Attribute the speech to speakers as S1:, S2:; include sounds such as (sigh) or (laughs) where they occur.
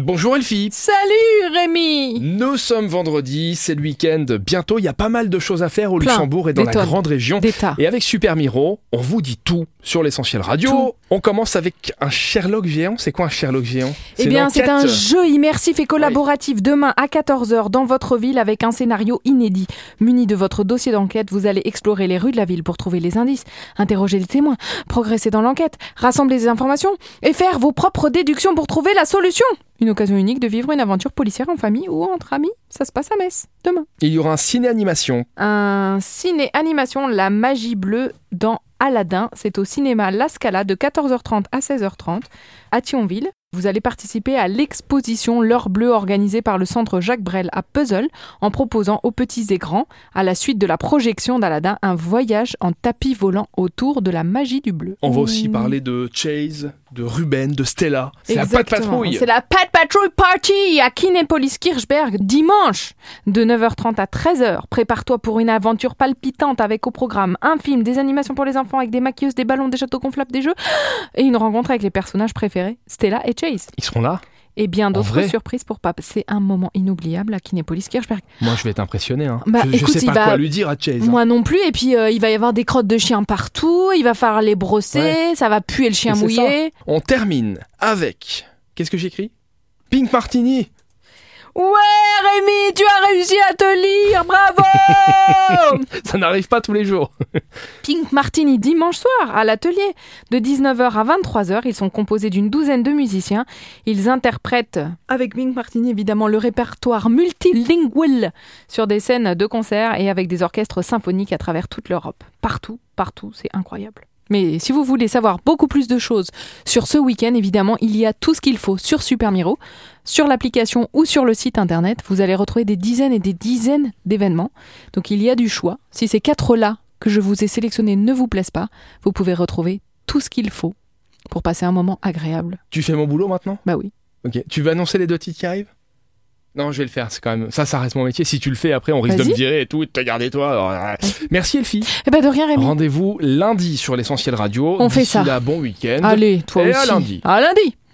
S1: Bonjour Elfie
S2: Salut Rémi
S1: Nous sommes vendredi, c'est le week-end bientôt, il y a pas mal de choses à faire au
S2: Plein,
S1: Luxembourg et dans
S2: des
S1: la
S2: tonnes.
S1: grande région.
S2: D'État.
S1: Et avec Super Miro, on vous dit tout sur l'essentiel radio.
S2: Tout.
S1: On commence avec un Sherlock géant. C'est quoi un Sherlock géant
S2: Eh
S1: une
S2: bien, c'est un
S1: enquête.
S2: jeu immersif et collaboratif demain à 14h dans votre ville avec un scénario inédit. Muni de votre dossier d'enquête, vous allez explorer les rues de la ville pour trouver les indices, interroger les témoins, progresser dans l'enquête, rassembler des informations et faire vos propres déductions pour trouver la solution. Une occasion unique de vivre une aventure policière en famille ou entre amis. Ça se passe à Metz, demain.
S1: Il y aura un ciné-animation.
S2: Un ciné-animation La magie bleue dans Aladdin. C'est au cinéma La Scala de 14h30 à 16h30 à Thionville. Vous allez participer à l'exposition L'heure bleue organisée par le centre Jacques Brel à Puzzle en proposant aux petits et grands, à la suite de la projection d'Aladdin, un voyage en tapis volant autour de la magie du bleu.
S1: On va aussi
S2: Ouh.
S1: parler de Chase, de Ruben, de Stella. C'est la patte
S2: Exactement.
S1: patrouille.
S2: C'est la Pat Patrouille Party à Kinépolis-Kirchberg dimanche de 9h30 à 13h. Prépare-toi pour une aventure palpitante avec au programme un film, des animations pour les enfants avec des maquilleuses, des ballons, des châteaux gonflables, des jeux (gasps) et une rencontre avec les personnages préférés, Stella et Chase.
S1: Ils seront là.
S2: Et bien d'autres
S1: vrai
S2: surprises pour Pape. C'est un moment inoubliable à Kinépolis-Kirchberg.
S1: Moi, je vais être impressionné. hein.
S2: Bah,
S1: je, je
S2: écoute,
S1: sais
S2: il
S1: pas
S2: va-
S1: quoi lui dire à Chase. hein.
S2: Moi non plus. Et puis euh, il va y avoir des crottes de chiens partout. Il va falloir les brosser. Ça va puer le chien
S1: Et c'est
S2: mouillé.
S1: On termine avec. Qu'est-ce que j'écris Pink Martini. (laughs)
S2: Ouais, Rémi, tu as réussi à te lire.
S1: (laughs)
S2: Bravo!
S1: Ça n'arrive pas tous les jours.
S2: Pink Martini dimanche soir à l'atelier. De 19h à 23h, ils sont composés d'une douzaine de musiciens. Ils interprètent, avec Pink Martini évidemment, le répertoire multilingual sur des scènes de concert et avec des orchestres symphoniques à travers toute l'Europe. Partout, partout, c'est incroyable. Mais si vous voulez savoir beaucoup plus de choses sur ce week-end, évidemment, il y a tout ce qu'il faut sur Super Miro, sur l'application ou sur le site internet. Vous allez retrouver des dizaines et des dizaines d'événements. Donc il y a du choix. Si ces quatre-là que je vous ai sélectionnés ne vous plaisent pas, vous pouvez retrouver tout ce qu'il faut pour passer un moment agréable.
S1: Tu fais mon boulot maintenant
S2: Bah oui.
S1: Ok. Tu veux annoncer les deux titres qui arrivent Non, je vais le faire. C'est quand même ça. Ça reste mon métier. Si tu le fais, après, on risque de
S2: Vas-y.
S1: me virer et tout. et de Te garder toi. Alors, euh, Merci Elfie.
S2: Eh ben de rien Rémi.
S1: Rendez-vous lundi sur l'essentiel radio.
S2: On fait
S1: D'ici
S2: ça.
S1: Là, bon week-end.
S2: Allez, toi
S1: Et à
S2: aussi.
S1: lundi.
S2: À lundi.